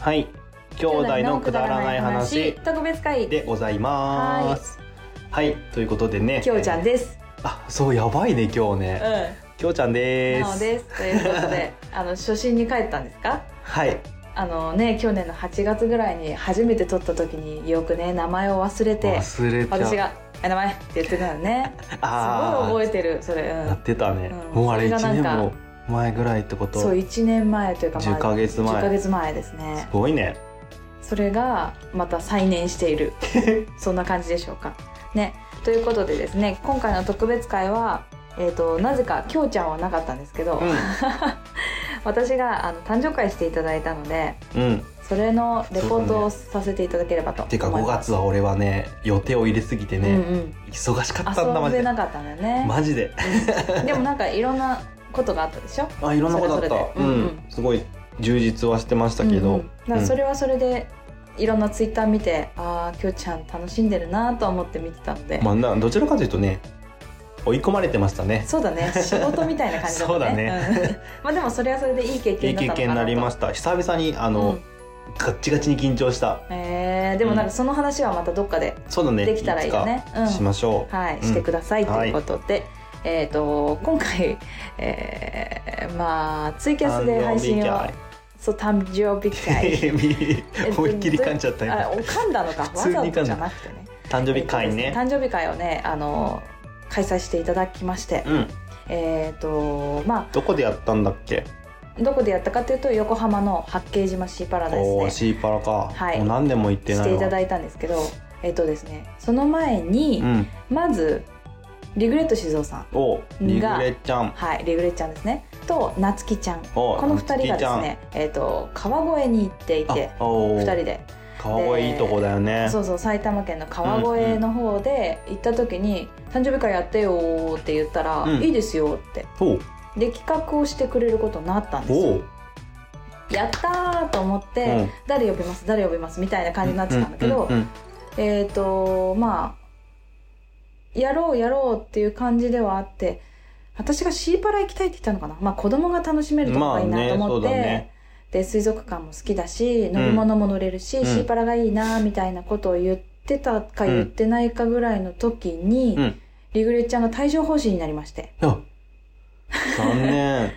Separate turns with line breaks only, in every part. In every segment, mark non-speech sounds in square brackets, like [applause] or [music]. はい兄弟のくだらない話
特別会
でございますはい、ということでね
きょうちゃん
えー
です、
あそうやばいね今日
う
ね
ん
きょうちゃんで
なお
す
ですということ
[laughs]
であの初心に帰ったんですか
はい
あのね去年の8月ぐらいに初めて撮った時によくね名前を忘れて
忘れちゃう
私が「あ名前」って言ってたのねす
あ
ごい覚
え
えてるそれ、う
やっ
ん、
てたね、
うん
もうあれ
それ
1
がなん
年
か
も前ぐらいってこと
そう1年前というか、
10ヶ月前
10ヶ月前です
す
ね
ごいね
それがまた再燃している
[laughs]
そんな感じでしょうかねということでですね今回の特別会はえー、となぜかきょうちゃんはなかったんですけど、私があの誕生会していただいたので
うん、うん、
それのレポートをさせていただければと思
て
い
か
ます
5月は俺はね予定を入れすぎてね、
うんうん、
忙しかったんだマ
遊
ジ
べ
で
なかったんだよね、
マジで
でもなんかいろんなことがあったでしょ
あいろんなことあっ
それそ
た
れ
う
で
ん、
うんうん
すごい充実はしてましたけ
うん
ど、
うんだからそれはそれでいろんなツイッター見て、ああきょうちゃん楽しんでるなと思って見てたので、
まあなどちらかというとね追い込まれてましたね
そう
[laughs]
だね仕事みたいな感じだったね
そう
うん [laughs] まあでもそれはそれでいい経
いい
験だった
経
のかなと
験になりました久々にあの、
うん
ガッチガチに緊張した
えーでもなんかその話はまたどっかで
そうだね
できたらいいよね
つかしましょう、
はい、
ん
してくださいと
はい
いうことで、えっ、と今回、えーまあツイキャスで配信をそう誕生日会
[laughs]
え
思いっきり噛んじゃった
あ
今
お噛んだのかわ
[laughs] 普通に
ざ
噛んだ
とじゃなくてね
誕生日会ね、
誕生日会をねあの開催していただきまして、
うん
えっ、とま
どこでやったんだっけ
あどこでやったかというと横浜の八景島シーパラダイ
おー
ス
シーパラか、
はい
もう何年も行っ
で
て
し
ない
て
わ
いただいたんですけどえっ、とですねその前に、
うん
まずリグレット静雄さん
おリグレちゃん
はいリグレットちゃんですねと夏希ちゃん
お
この2人が
夏希ち
で
ゃ
す
ん
ね、えー、と川越に行っていて
あお
2人
ー
で
川越いいとこだよね
そうそう埼玉県の川越の方で行った時に「誕生日会やってよ」って言ったら「
うん
いいですよ」って
おう
で企画をしてくれることになったんです
お
よ
う
やったーと思って、
うん
誰呼びます誰呼びますみたいな感じになってたんだけ
う
ど、
んうんうん
えっ、とまあやろうやろうっていう感じではあって私がシーパラ行きたいって言ったのかなまあ子供が楽しめるとこがいいなと思って、
まあねそうだね
で水族館も好きだし乗り物も乗れるし、
うん
シーパラがいいなみたいなことを言ってたか言ってないかぐらいの時に、
うん
リグレッちゃんが帯状疱疹になりまして
あ残
[laughs]
念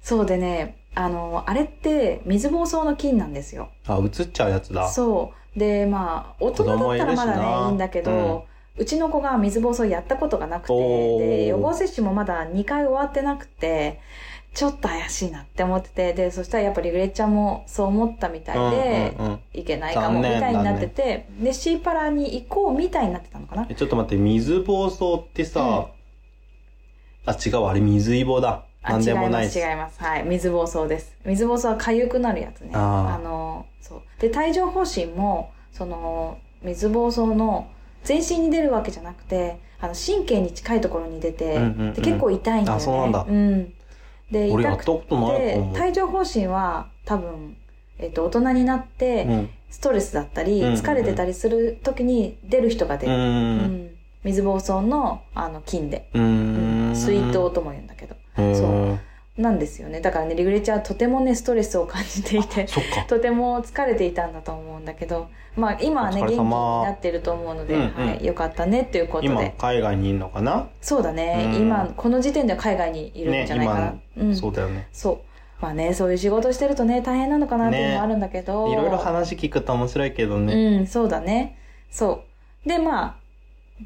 そうでねあのあれって水疱瘡の菌なんですよ
あ映っちゃうやつだ
そうでまあ大人だったら
子供
ま
いるし
だ
な
ねいいんだけど、うちの子が水疱瘡やったことがなくて
おー
で予防接種もまだ2回終わってなくてちょっと怪しいなって思っててでそしたらやっぱりグレッちゃんもそう思ったみたいで、
うんうんうん
いけないかもみ
残念
たいになってて、でシーパラに行こうみたいになってたのかな
えちょっと待って水疱瘡ってさ、あ違うあれ水イボだ
あ
なんでもない
違います違いますはい水疱瘡です水疱瘡は痒くなるやつね
あー
のそうで帯状疱疹もその水疱瘡の全身に出るわけじゃなくてあの神経に近いところに出て、
うんうんうん
で結構痛いんだよね
あそうなんだ
んで
俺や
痛
った
く
ことないか
て
も、
帯状疱疹は多分、えっと大人になって、
うん
ストレスだった
うん
り、
うんうん
疲れてたりする時に出る人が出
う
る、うん水疱瘡のあの菌で、
う
うん
ん
水筒とも言うんだけど
へー
そなんですよねだからねリグレちゃんはとてもねストレスを感じていて
そっか
[laughs] とても疲れていたんだと思うんだけどまあ今はね
お疲
元気
れ
に
様
なってると思うので、
うんうん
はい、よかったねっていうこと
今
で
海外にいるのかな、
そうだね、
うん
今この時点では海外にいるんじゃないかな、
ね
うん、
そうだよね
そうまあねそういう仕事してるとね大変なのかなっていうのもあるんだけ
い
ど、
ろいろ話聞くと面白いけどね、
うんそうだねそうでまあ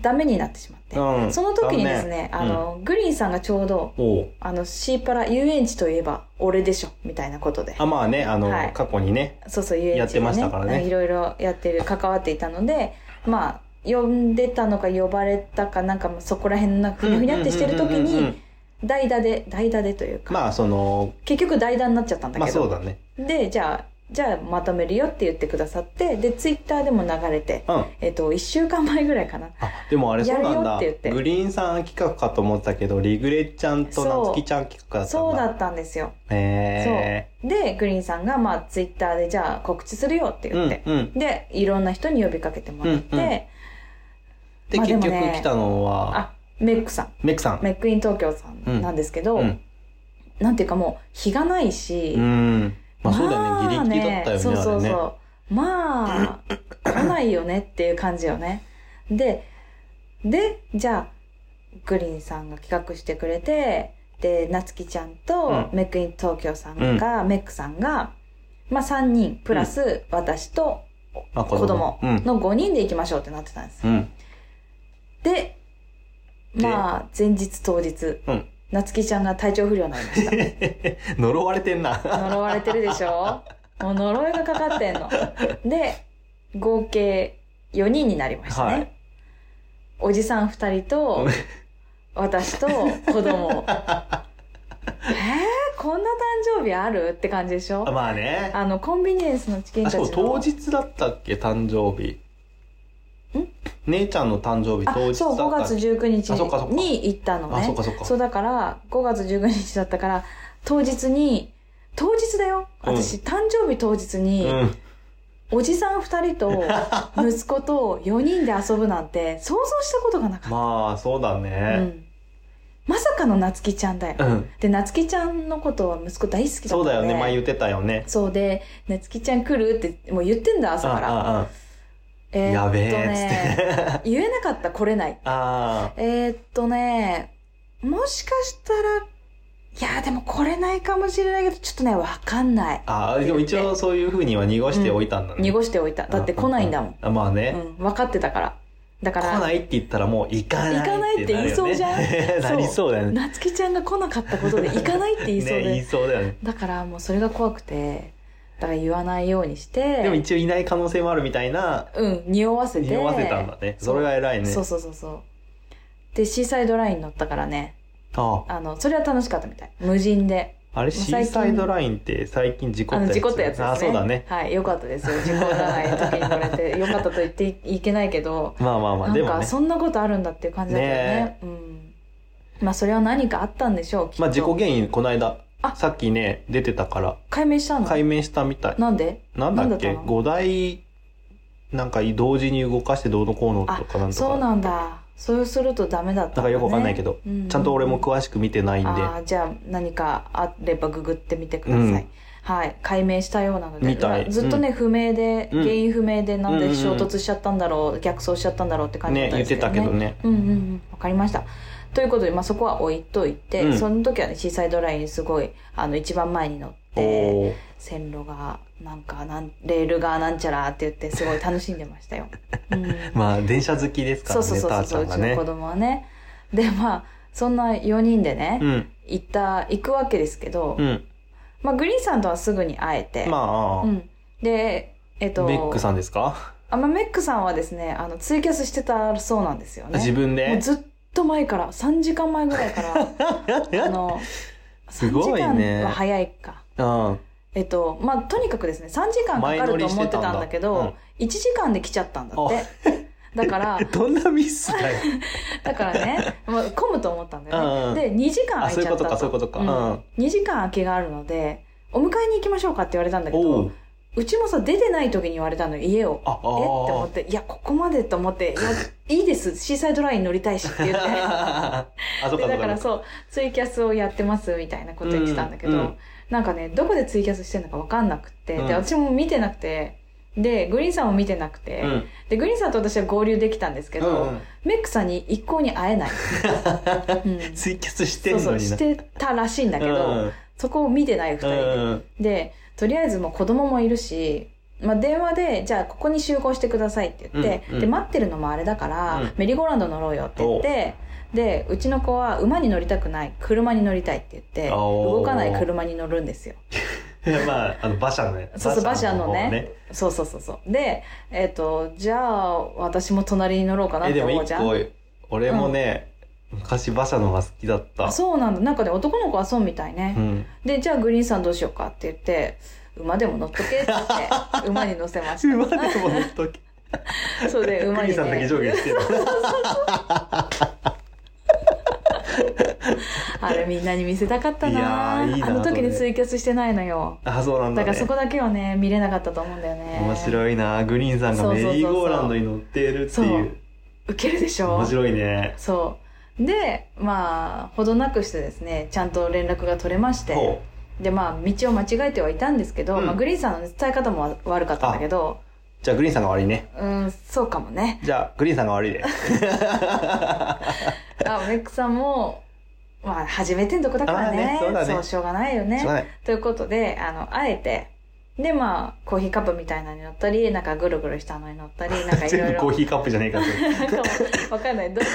ダメになってしまって、
うん
その時にですね
残
あ
念
の、グリーンさんがちょうど
うんおう
あのシーパラ遊園地といえば俺でしょみたいなことで
あまあねあの、
はい
過去にね
そうそう遊園地で、ね、
やってましたからね
いろいろやってる関わっていたのでまあ呼んでたのか呼ばれたかなんかもうそこら辺のなんかふにゃふにゃってしてる時
うんうんうんう
に
ん
代打で代打でというか、
まあその
結局代打になっちゃったんだ
まあ
けど、
そうだね
でじゃあじゃあまとめるよって言ってくださってでツイッターでも流れて、
うん
えっと1週間前ぐらいかな
あでもあれそうなんだ
やるよって言って
グリーンさん企画かと思ってたけどリグレッちゃんと
そう
夏希ちゃん企画だったんだ
そうだったんですよ
へ
でグリーンさんが、まあ、ツイッターでじゃあ告知するよって
え
言って、
うんうん
でいろんな人に呼びかけてもらって、
うんうんで、
まあで
結
もね
局来たのは
あメックさん
メックさん
メックイン東京さんなんですけど、
うん
なんていうかもう日がないし、
うんまあそうだよね、ギ
まあ
リギリだったよね、
そうそう
あれね。
そう。まあ、来ないよねっていう感じよね。で、で、じゃあ、グリーンさんが企画してくれて、で、なつきちゃんと
う
メックイン東京さんが、メックさんが、まあ3人、プラス私と
まあ子
子供
うん。
の5人で行きましょうってなってたんです。
うん。 [laughs]
で、
で
まあ、前日当日、
うん
なつきちゃんが体調不良になりました。
呪われてんな。
呪われてるでしょもう呪いがかかってんの。で、合計4人になりましたね。
はい
おじさん2人と、私と子
[laughs]
供。えー、こんな誕生日あるって感じでしょ
まあね。
あの、コンビニエンスのチキン
あ、
たち
そ
の。
う、当日だったっけ、誕生日。
ん
姉ちゃんの誕生日
あ
当日だったっけ
そう、5月19日
あそっかそっか
に行ったのね。
あ、そっかそっか。
そうだから、5月19日だったから、当日に、当日だよ
うん
私、誕生日当日に、
うん。
おじさん2人と息子と4人で遊ぶなんて想像したことがなかっ
まあ、そうだ
た、う
ね。
ん、まさかのなつきちゃんだよ
うん。
でなつきちゃんのことは息子大好きだった
そ
ん
う
で
だよね、前言ってたよね。
そうで「なつきちゃん来る?」ってもう言ってんだ朝から
あ
えー
や
っと
べえ、
ね
つって。
言えなかった来れない
あ
えーっとねもしかしたらいやでも来れないかもしれないけどちょっとねわかんない
あ。ああ、でも一応そういう風には濁しておいたんだね。
濁しておいただって来ないんだもん、
あまあ
う
ね。
ん、分かってたからだか
来
ら
ないって言ったらもう行かない
行かないって言いそうじゃん
なるよね [laughs] なりそうだよね。
なつきちゃんが来なかったことで行かないって言いそうで、
ね言いそうだよね。
だからもうそれが怖くてだから言わないようにして
でも一応いない可能性もあるみたいな、
うん匂わせて
匂わせたんだね。それは偉いね。
そうそうそうそうでシーサイドライン乗ったからね
あ
あのそれは楽しかったみたい無人で
あ、あれ、シーサイドラインって最近事故
あ
った
の
やつ。
事故ったやつですね
あ、そうだね。
はいよかったですよ事故らない時に乗
[laughs]
れてよかったと言っていけないけど、
まあまあまあ、で
なん
も
か
ね。
そんなことあるんだっていう感じだったよね
ね
うんまあそれは何かあったんでしょうきっと
まあ事故原因、この間
あ、
さっきね、出てたから、
解明したの
解明したみたい。
なんで
なんだっ
な
け
んだった
?5 台、なんか同時に動かしてどうのこうのとかなんとか。
そうなんだそうするとダメだった
だからよくわかんないけど、ちゃんと俺も
わ
詳しく見てないんで、
じゃあ何かあればググってみてください、
うん
はい解明したようなので
みたい
まあずっとね、不明で
うん
原因不明でなん
うん
で
うんうん
衝突しちゃったんだろう、逆走しちゃったんだろうって感じだ
ね
ったん
言っ
ですけ
て
ど、
た
ね、
けどね
うんうんうんわかりましたということで、まあ、そこは置いといて、
うん
その時はねシーサイドラインすごいあの一番前に乗っ
お
て
おー
線路がなんかなんレールがなんちゃらって言ってすごい楽しんでましたよ、
[laughs]
うん
まあ電車好きですか
そ
ら
うそう
ね
そう
タ
そう
ー
う
ちゃんが
うちの
ね
子供はねでまあそんな4人でね、
うん
行った行くわけですけど、
うん
まあ、グリーンさんとはすぐに会えて、
まあ、
うん、でえっと
メックさんですか、
あまあメックさんはですねあのツイキャスしてたそうなんですよね
自分
もう
で
ずっと前から3時間前ぐらいから
[laughs]
あの
すごいね
3時間は早いか
うん
えっとまあとにかくですね3時間かか
前乗
ると
りし
思ってて
たんだ
たんだけど、1時間で来ちゃったんだってだから
どんなミスだよ
[laughs] だから
[laughs]
ね、もう混むと思ったんだ
うんう
よ
ん
ね。で、2時間空いちゃ
あそう
った
いうことかそういうことかうん
2時間空きがあるので、お迎えに行きましょうかって言われたんだけ
お
ど
う、
うちもさ、出てない時に言われたのよ、家を。
ああ
えって思
ー
って、いや、ここまでと
[laughs]
思って、いや、いいです、シーサイドライン乗りたいしって言って。
あそっか
で
そ
だ
っ
か
から
そう、ツイキャスをやってますみたいなこと言ってたんだけど、
うんうん
なんかね、どこでツイキャスしてるのかわかんなくて、
うん
で、私も見てなくて、で、グリーンさんも見てなくて、
うん
で、グリーンさんと私は合流できたんですけ
う
ど、
んうん
メックさんに一向に会
[laughs]
えない。うん
ツイキャスしてん
そう
のにな
そうしてたらしいんだけど、
うん
そこを見てない2人
う
で、
んうん
でとりあえずもう子供もいるし、まあ、電話で「じゃあここに集合してください」って言って、
うんうん
で待ってるのもあれだから、
うん
メリーゴーランド乗ろうよって言ってでうちの子は馬に乗りたくない車に乗りたいって言って
おー
動かない車に乗るんですよ
いや [laughs] まああの馬車のね
そうそう馬車のね
方
そうそうそうそうでえっ、とじゃあ私も隣に乗ろうかな
え
っ
で
て
も
思うじ
一
ゃ
個
ん
俺もね、昔馬車の方が好きだった
そうなんだなんかね男の子はそうみたいね、
うん
で、じゃあグリーンさんどうしようかって言って、馬でも乗っとけって言って、馬に乗せま
[laughs]
し
馬でも乗っとけ
た。そうで、 [laughs] 馬
クリ
に、
さんだけ
ね。
上下して
[laughs]
る
あれみんなに見せたかったない
やーいいな
あの時に
それ
ツイキャスしてないのよ。
あそうなんだ,、
だ
ね、
からそこだけはね、見れなかったと思うんだよね。
面
い。
白いなグリーンさんがメリーゴーランドに乗っているって
そうそう
い
そうウケるでしょ
面白いね
そう。で、まあ、ほどなくしてですね、ちゃんと連絡が取れまして、
ほ
でまあ道を間違えてはいたんですけど、
うん
まあ、グリーンさんの伝え方も悪かったんだけど
じゃあグリーンさんが悪いね。
うんそうかもね
じゃあグリーンさんが悪いで。
あメックさんもまあ初めてのとこだからね
あねそうだね
しょうがないよ
しょうがない。
ということで、あの、あえて、で、まあ、コーヒーカップみたいなのに乗ったり、なんかぐるぐるしたのに乗ったり、
[laughs]
なんかいろ
全
い
部コー
ろ、
ヒーカップじゃねえ
[laughs]
かって。
なんか [laughs] わかんない。どんな、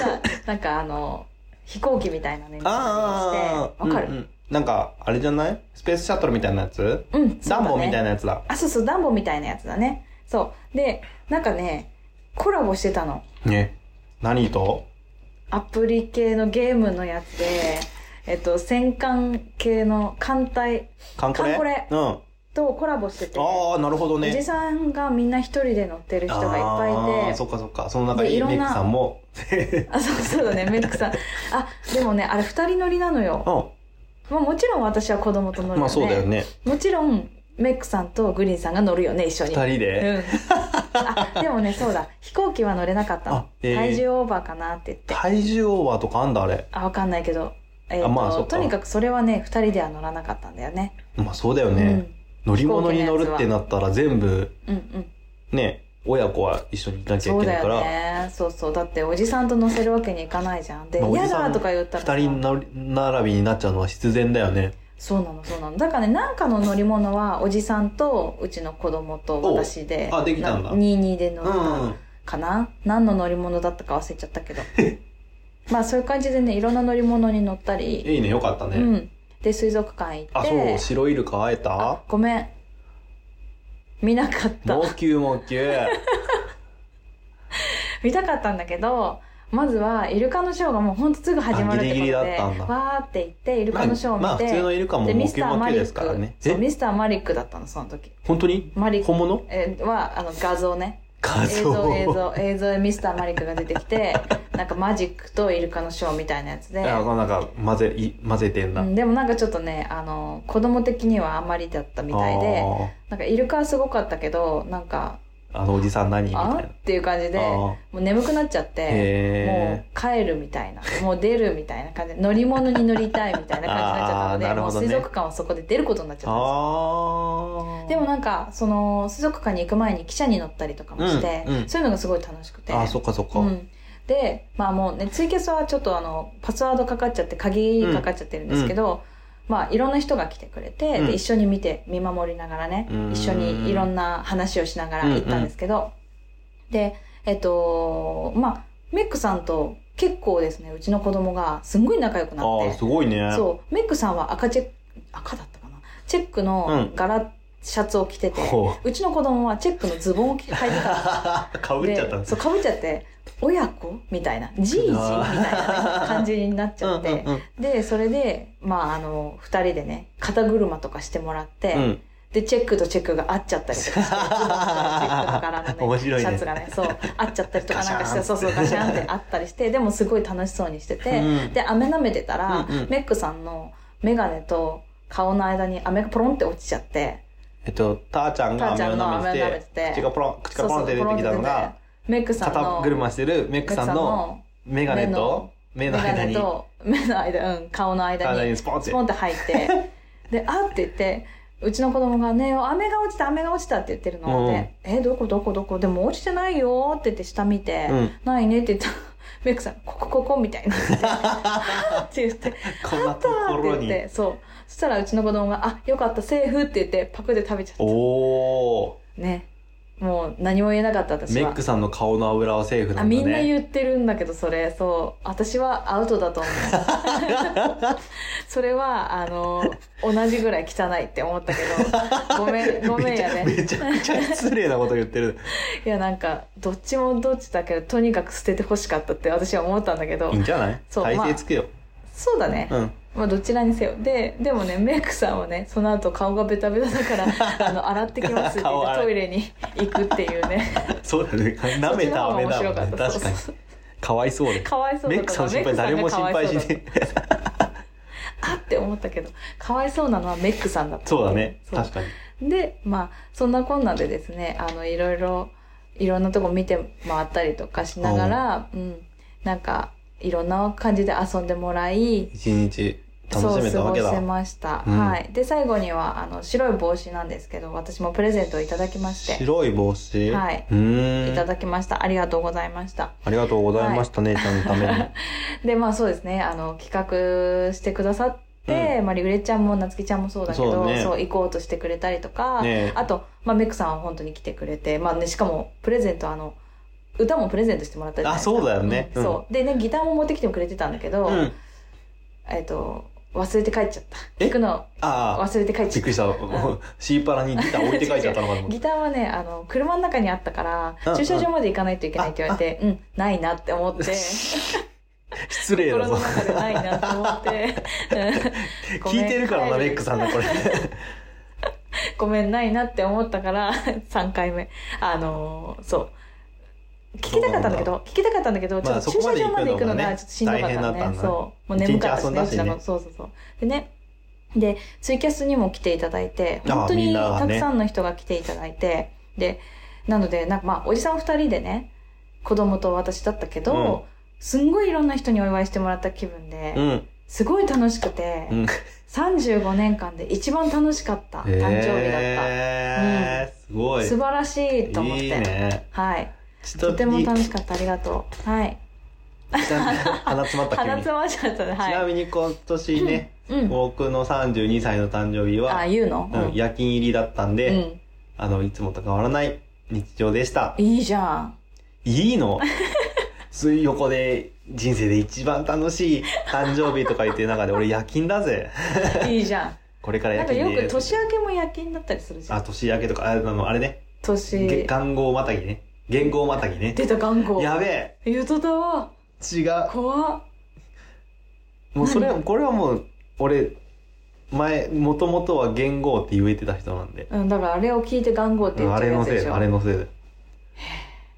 なんかあの、飛行機みたいなのに乗ったり
あ
し
あ、
て、わか
うんう
る
んなんか、あれじゃないスペースシャトルみたいなやつ
うん、
ダンボみたい
な。
なやつだ。
あ、そうそう、ダンボみたいなやつだね。そう。で、なんかね、コラボしてたの。
ね。何と
アプリ系のゲームのやつで、えっと、戦艦系の艦隊
カンコ
カ
レ
ンコレ
うん。
とコラボしてて、
ああ、なるほど
おじ
ね。
さんがみんな一人で乗ってる人がいっぱいい
あ
て
ー、そっかそっか。その中
でい
に
ろん
メ
な
イクさんも。
あそうそうだねメックさんあでもねあれ二人乗りなのよ、
う
まあ、もちろん私は子供と
ん。
乗るよ、ね
まあそうだよね。
もちろんメックさんとグリーンさんが乗るよね一緒に
二人
う
で。
ん、あでもねそうだ飛行機は乗れなかった
あ
の、
えー
体重オーバーかなって言って
体重オーバーとかあんだ、あれ。
あわかんないけど、えーと
あまあそっか
とにかくそれはね二人では乗らなかったんだよね
まあそうだよね。乗り物に乗るってなったら全部、
うん、うんうん
ね、親子は一緒にいなきゃ
そ
いうけな
だ
いか
よ
ら、
ねそうそうだっておじさんと乗せるわけにいかないじゃんで「
まあおじ
嫌
さん
だ」とか言ったらさ
二人な並びになっちゃうのは必然だよね。
そうなのそうなのだからねなんかの乗り物はおじさんとうちの子供と私で
おあできたんだ
な22で乗
う
った
ん。
かな、何の乗り物だったか忘れちゃっ
[laughs]
たけどまあそういう感じでねいろんな乗り物に乗ったり、
いいね、よかった
う
ね。
んで水族館行っ
あ、そう、
て
白イルカ会えた
ごめん見なかった
もうきゅうもうきゅう。
見たかったんだけどまずはイルカのショーがもうほんとすぐ始まるってことで
あギリギリだったんだ
わーって行ってイルカのショーを見て、
まあ、普通のイルカも
で
も
ミ
う
ス
きゅう
ター
もう
マ
きゅう
リ
ですから
ッ
ね。
クそう
え
ミスターマリックだったのその時
本当に
マリック
本物
えーはあの画像ね
画
映
像
像映像映像でミスターマリックが出てき
[laughs]
てなんかマジックとイルカのショーみたいなやつで、
あなんか混ぜい混ぜてん
う
だ、
ん、でもなんかちょっとねあの子供的にはあんまりだったみたいでなんかイルカはすごかったけどなんか
あーあのおじさん何みたい
あ
な
っていう感じで
あー
もう眠くなっちゃっても
へえ
う帰るみたいなもう出るみたいな感じで乗り物に乗りたいみたいな感じになっちゃったの
あーな
で
るほ
もう
どね
水族館はそこで出ることになっちゃったんですよ
ああ
でもなんかその水族館に行く前に汽車に乗ったりとかもして、
うんうん
そういうのがすごい楽しくて
あーそっかそっか、
うん、でまあもうねツイキャスはちょっとあのパスワードかかっちゃって鍵かかっちゃってるんですけど、まあいろんな人が来てくれて、
うん
で一緒に見て見守りながらね
うん
一緒にいろんな話をしながら行ったんですけど、でえっとまあメックさんと結構ですねうちの子供がすんごい仲良く
あ
な
ー
っ
すごいね
てそうメックさんは赤チェック赤だったかなチェックの
うん
柄シャツを着てて、
ほ
うちの子供はチェックのズボンを着て履いてたの
う [laughs] かぶっちゃったん
で
です
そうかぶっちゃって親子みたいなじいじみたいな感じになっちゃって、
うんうん
でそれでまああの2人でね肩車とかしてもらって、
うん、うん
でチェックとチェックが合っちゃったりとかしてチェックの柄の、ね
面白いね
シャツがねそう合っちゃったりとかなんかして
ガシャ
そ
ン
うそうガシャンってあったりしてでもすごい楽しそうにしてて、
うん
で飴舐めてたら、
うんうん
メックさんの眼鏡と顔の間に飴がポロンって落ちちゃって
えっとたーちゃんが
たーち
飴
ゃ
を
ん
舐
の
め
飴を舐
て
めてて
口がポロン口がポロンって出
そ
て
うそう
きたのが
ポロンって出てメックさんの
肩車してるメックさんの眼
メックさん
鏡
の
と目の間
眼鏡
に
と目の間、うん、顔の間
体
に
にスポンって
スポンって
[laughs]
入ってで「あっ」て言ってうちの子供が「ねえ雨が落ちた雨が落ちた」って言ってるので「えどこどこどこでも落ちてないよ」って言って下見て
うん
「ないね」って言った [laughs] らメイクさん「ここここ」みた
[laughs]
いなって言って「
こんなと
あ
こ
っ!」っ
ろ
て言っ
に
てそうそしたらうちの子供が「あよかったセーフ」って言ってパクで食べちゃ
お
っ
お
たねもう何も言えなかった私
メ
は
ックさんの顔の油はセーフな
あ
んだね
みんな言ってるんだけどそれそう私はアウトだと思う
[laughs]
それはあの同じぐらい汚いって思ったけ
[laughs]
どごめんごめんやね
めちゃめちゃめちゃ失礼なこと言ってる
いやなんかどっちもどっちだけどとにかく捨ててほしかったって私は思ったんだけど
いいんじゃない
そう
体勢つけよ
そうだね、
う、うん
まあどちらにせよででもねメイクさんはねその後顔がベタベタだから
[laughs]
あの洗ってきますって言
顔
って
洗い
トイレに行くっていうね
そうだね [laughs] 舐めた飴だ
そっちの方が面白か
も
っ
んね
た
確かに
そうそう
かわいそうで
かわいそう
メ
だ
ッ
っ
ク
た
さんの心
メ
配
イクさん
誰
が
も心配し
かわいそうだった
ねえ
あって思ったけどかわいそうなのはメックさんだった
そうだね
そう
確かに
でまあそんなこんなでですねあのいろいろいろんなとこ見て回ったりとかしながら、うん、なんかいろんな感じで遊んでもらい
一日楽しめたわけだ
そう過ごせました、
うん
はいで最後にはあの白い帽子なんですけど私もプレゼントをいただきまして
白い帽子
はい、
うーん
いただきましたありがとうございました
ありがとうございましたね、ちゃんのため
[laughs]
に
でまあそうですねあの企画してくださって、まあ、リグレちゃんも夏希ちゃんもそうだけど
そ
そうう,、
ね
行こうとしてくれたりとか、
ねえ
あと、まあ、メックさんは本当に来てくれて、まあね、しかもプレゼントあの歌もプレゼントしてもらったり
あそうだよねうん
そうでねギターも持ってきてくれてたんだけど、
うん
えっと忘れて帰っちゃった
え
行くの
ああ
忘れて帰っ
び
ち
っ
ゃ
く
っ
りしたシーパラにギター置いて帰っちゃったのかと
た
思っ
[laughs] ギターはねあの車の中にあったから、
うん
駐車場まで行かないといけないって言われてうんないなって
[laughs]
思って
て失礼だ
心の
ぞ
中でないなと思ってごめ
[laughs]
ん
聞いてるからな
帰
レックさんがこれ
ごめんないなって思ったから3回目あのーそう聞きたかったんだけど聞きたかったんだけどちょ
まあ
っと
そ
駐
こま
車
で
場
行くのが
ま
ね
で行くのがちょっとしんどかった
大変だ
の
っ
ね
たんだ
そうもう眠かったし
一日遊ん
ね
だしね
うちらのそうそうそうでねでツイキャスにも来ていただいて
あ
本当
みん
に
ながね
たくさんの人が来ていただいてでなのでなんかまあおじさん2人でね子供と私だったけど、すんごいいろんな人にお祝いしてもらった気分で、
うん
すごい楽しくて、
うん
35年間で一番楽しかった誕生日だった。
えーすごい
素晴らしいと思って
いいね
はい
ちょ
と
ってと
も
いい
楽しかったありがとうはい
ちなみに鼻詰まった急に
[laughs] 鼻詰まっちゃったね
ちな
は
み
い
に今年ね、
うん
僕の32歳の誕生日
あ
は、
言うの
うん夜勤入りだったんで、
うん
あの、いつもと変わらない日常でした。
いいじゃん
いいのす横で人生で一番楽しい誕生日とか言ってる中で俺夜勤だぜ。
いい
[laughs]
じゃん
これから
な
夜
ん
勤
かよく
です。
年明けも夜勤だったりするじゃ
あ、
ん
年明けとか、ああの、あれね、
年
月間号またぎね。元号またぎね。
出た元号
やべえ
言うとだわ
違う。
怖っ
もうそれは、
何
これはもう、俺、前、もともとは元号って言えてた人なんで。
うんだからあれを聞いて元号って言っ
あ
ちゃ
れ
うや
の
つ
せ
で
い
しょ
だ、あれのせいだ。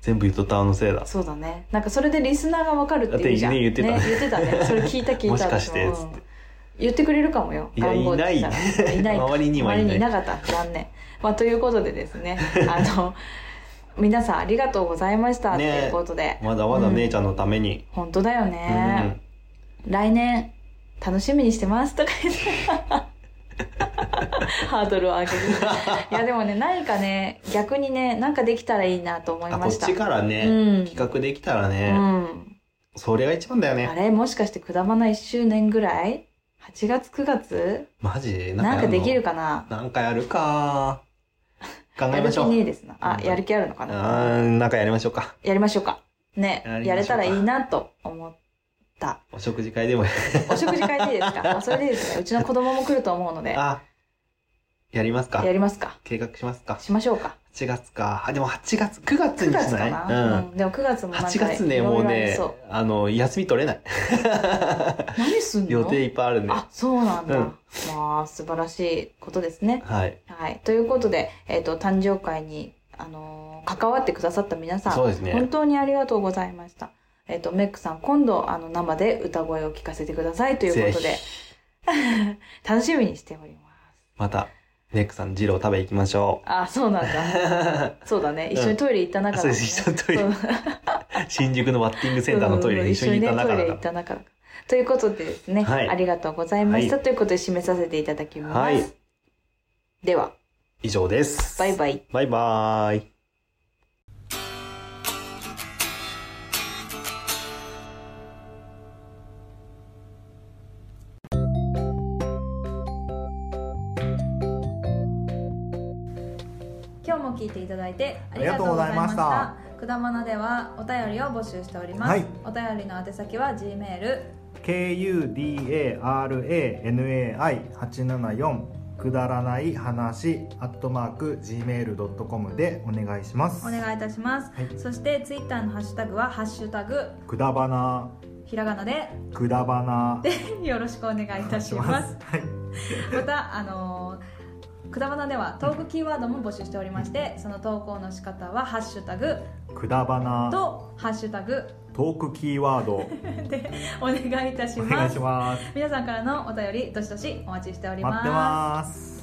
全部言っとったあのせいだ。
そうだねなんかそれでリスナーがわかるっていうじゃん
だってね言ってたね
言ってたねそれ聞いた聞いた
もしかして
私
つって
うん言ってくれるかもよ
いや
願望って言った
いな
ら
い
いないか
周りにはいない
周りにいなかった残念、まあ、ということでです
[laughs]
ねあの皆さんありがとうございましたと
ね
いうことで、
まだまだ姉ちゃんのために。
本当だよ
うん
ね、来年楽しみにしてますとか言って [laughs] ハードルを上げるいやでもね何かね逆にねなんかできたらいいなと思い
あこ
ま
っ
した
ちからね、
うん
企画できたら
う
ね、
ん
それが一番だよ
あ
ね
れもしかしてくだまな1周年ぐらい ?8 月9月
マジ
なん
や
か
んの
できるかな
なんかやるか考
や
え
る
まし
気
ょう
ねえですな。あ、やる気あるのか
う
な
ーんなんかやりましょうか
やりましょうか。ね
やりましょう、か
やれたらいいなと思った。
お食事会でも
お食事会でいいです
[laughs]
かあそれでいいですね。うちの子供も来ると思うので、
あやりますか
やりますか。
計画しますか
しましょうか。
8月かあでも8月9月
9
にし
月
な
か
い
な、
うん
うん、でも9月もなんか
8月ね
いろいろ
もう
あり
ね
そ
あの休み取れない
う何すんの
予定いっぱいあるんで
あ、そうなんだ。
うん
まあ、素晴らしいことですね。
はい
はい、ということで、えっと誕生会に、あのー関わってくださった皆さん、
そうですね
本当にありがとうございました。えっとメックさん今度あの生で歌声を聞かせてくださいということで
ぜ
楽しみにしております。
またネックさんジロー食べ行きましょう [laughs]
あそうなんだそうだね一緒にトイレ行った中だもんね
そうです一緒にトイレ
そう
新宿のバッティングセンターのトイレに一緒に行った中
そうそう一緒にねトイ
だ
レ行っ
か
た中だからということでですね、
はい
ありがとうございました、
は
ということで締めさせていただきま
ら
す。
はい
では
以上です
バイバイ。
バイバーイ
今日も聞いていただいてあ
あ
り
り
が
が
と
と
う
う
ご
ご
ざ
ざ
い
い
ま
ま
し
した
たくだまなではお便りを募集しております、
はい
お便りの宛先は G メール
kudaranai874 くだらない話アットマーク gmail.com でお願いしま
お
す
願いいたします、
はい
そしてツイッターのハッシュタグは「ハッシュタグ
くだばな
ひらがなで [laughs]
くだばな」
でよろしくお願いいたします
はい
またあのーくだばなではトークキーワードも募集しておりましてその投稿の仕方は「ハッシュタグ
くだば」な
と「ハッシュタグ
トークキーワー
[laughs]
ド」
でお願いいたし
お
ま
願い
す
します
皆さんからのお便りどしどしお待ちしており
待
ま
っ
す
てます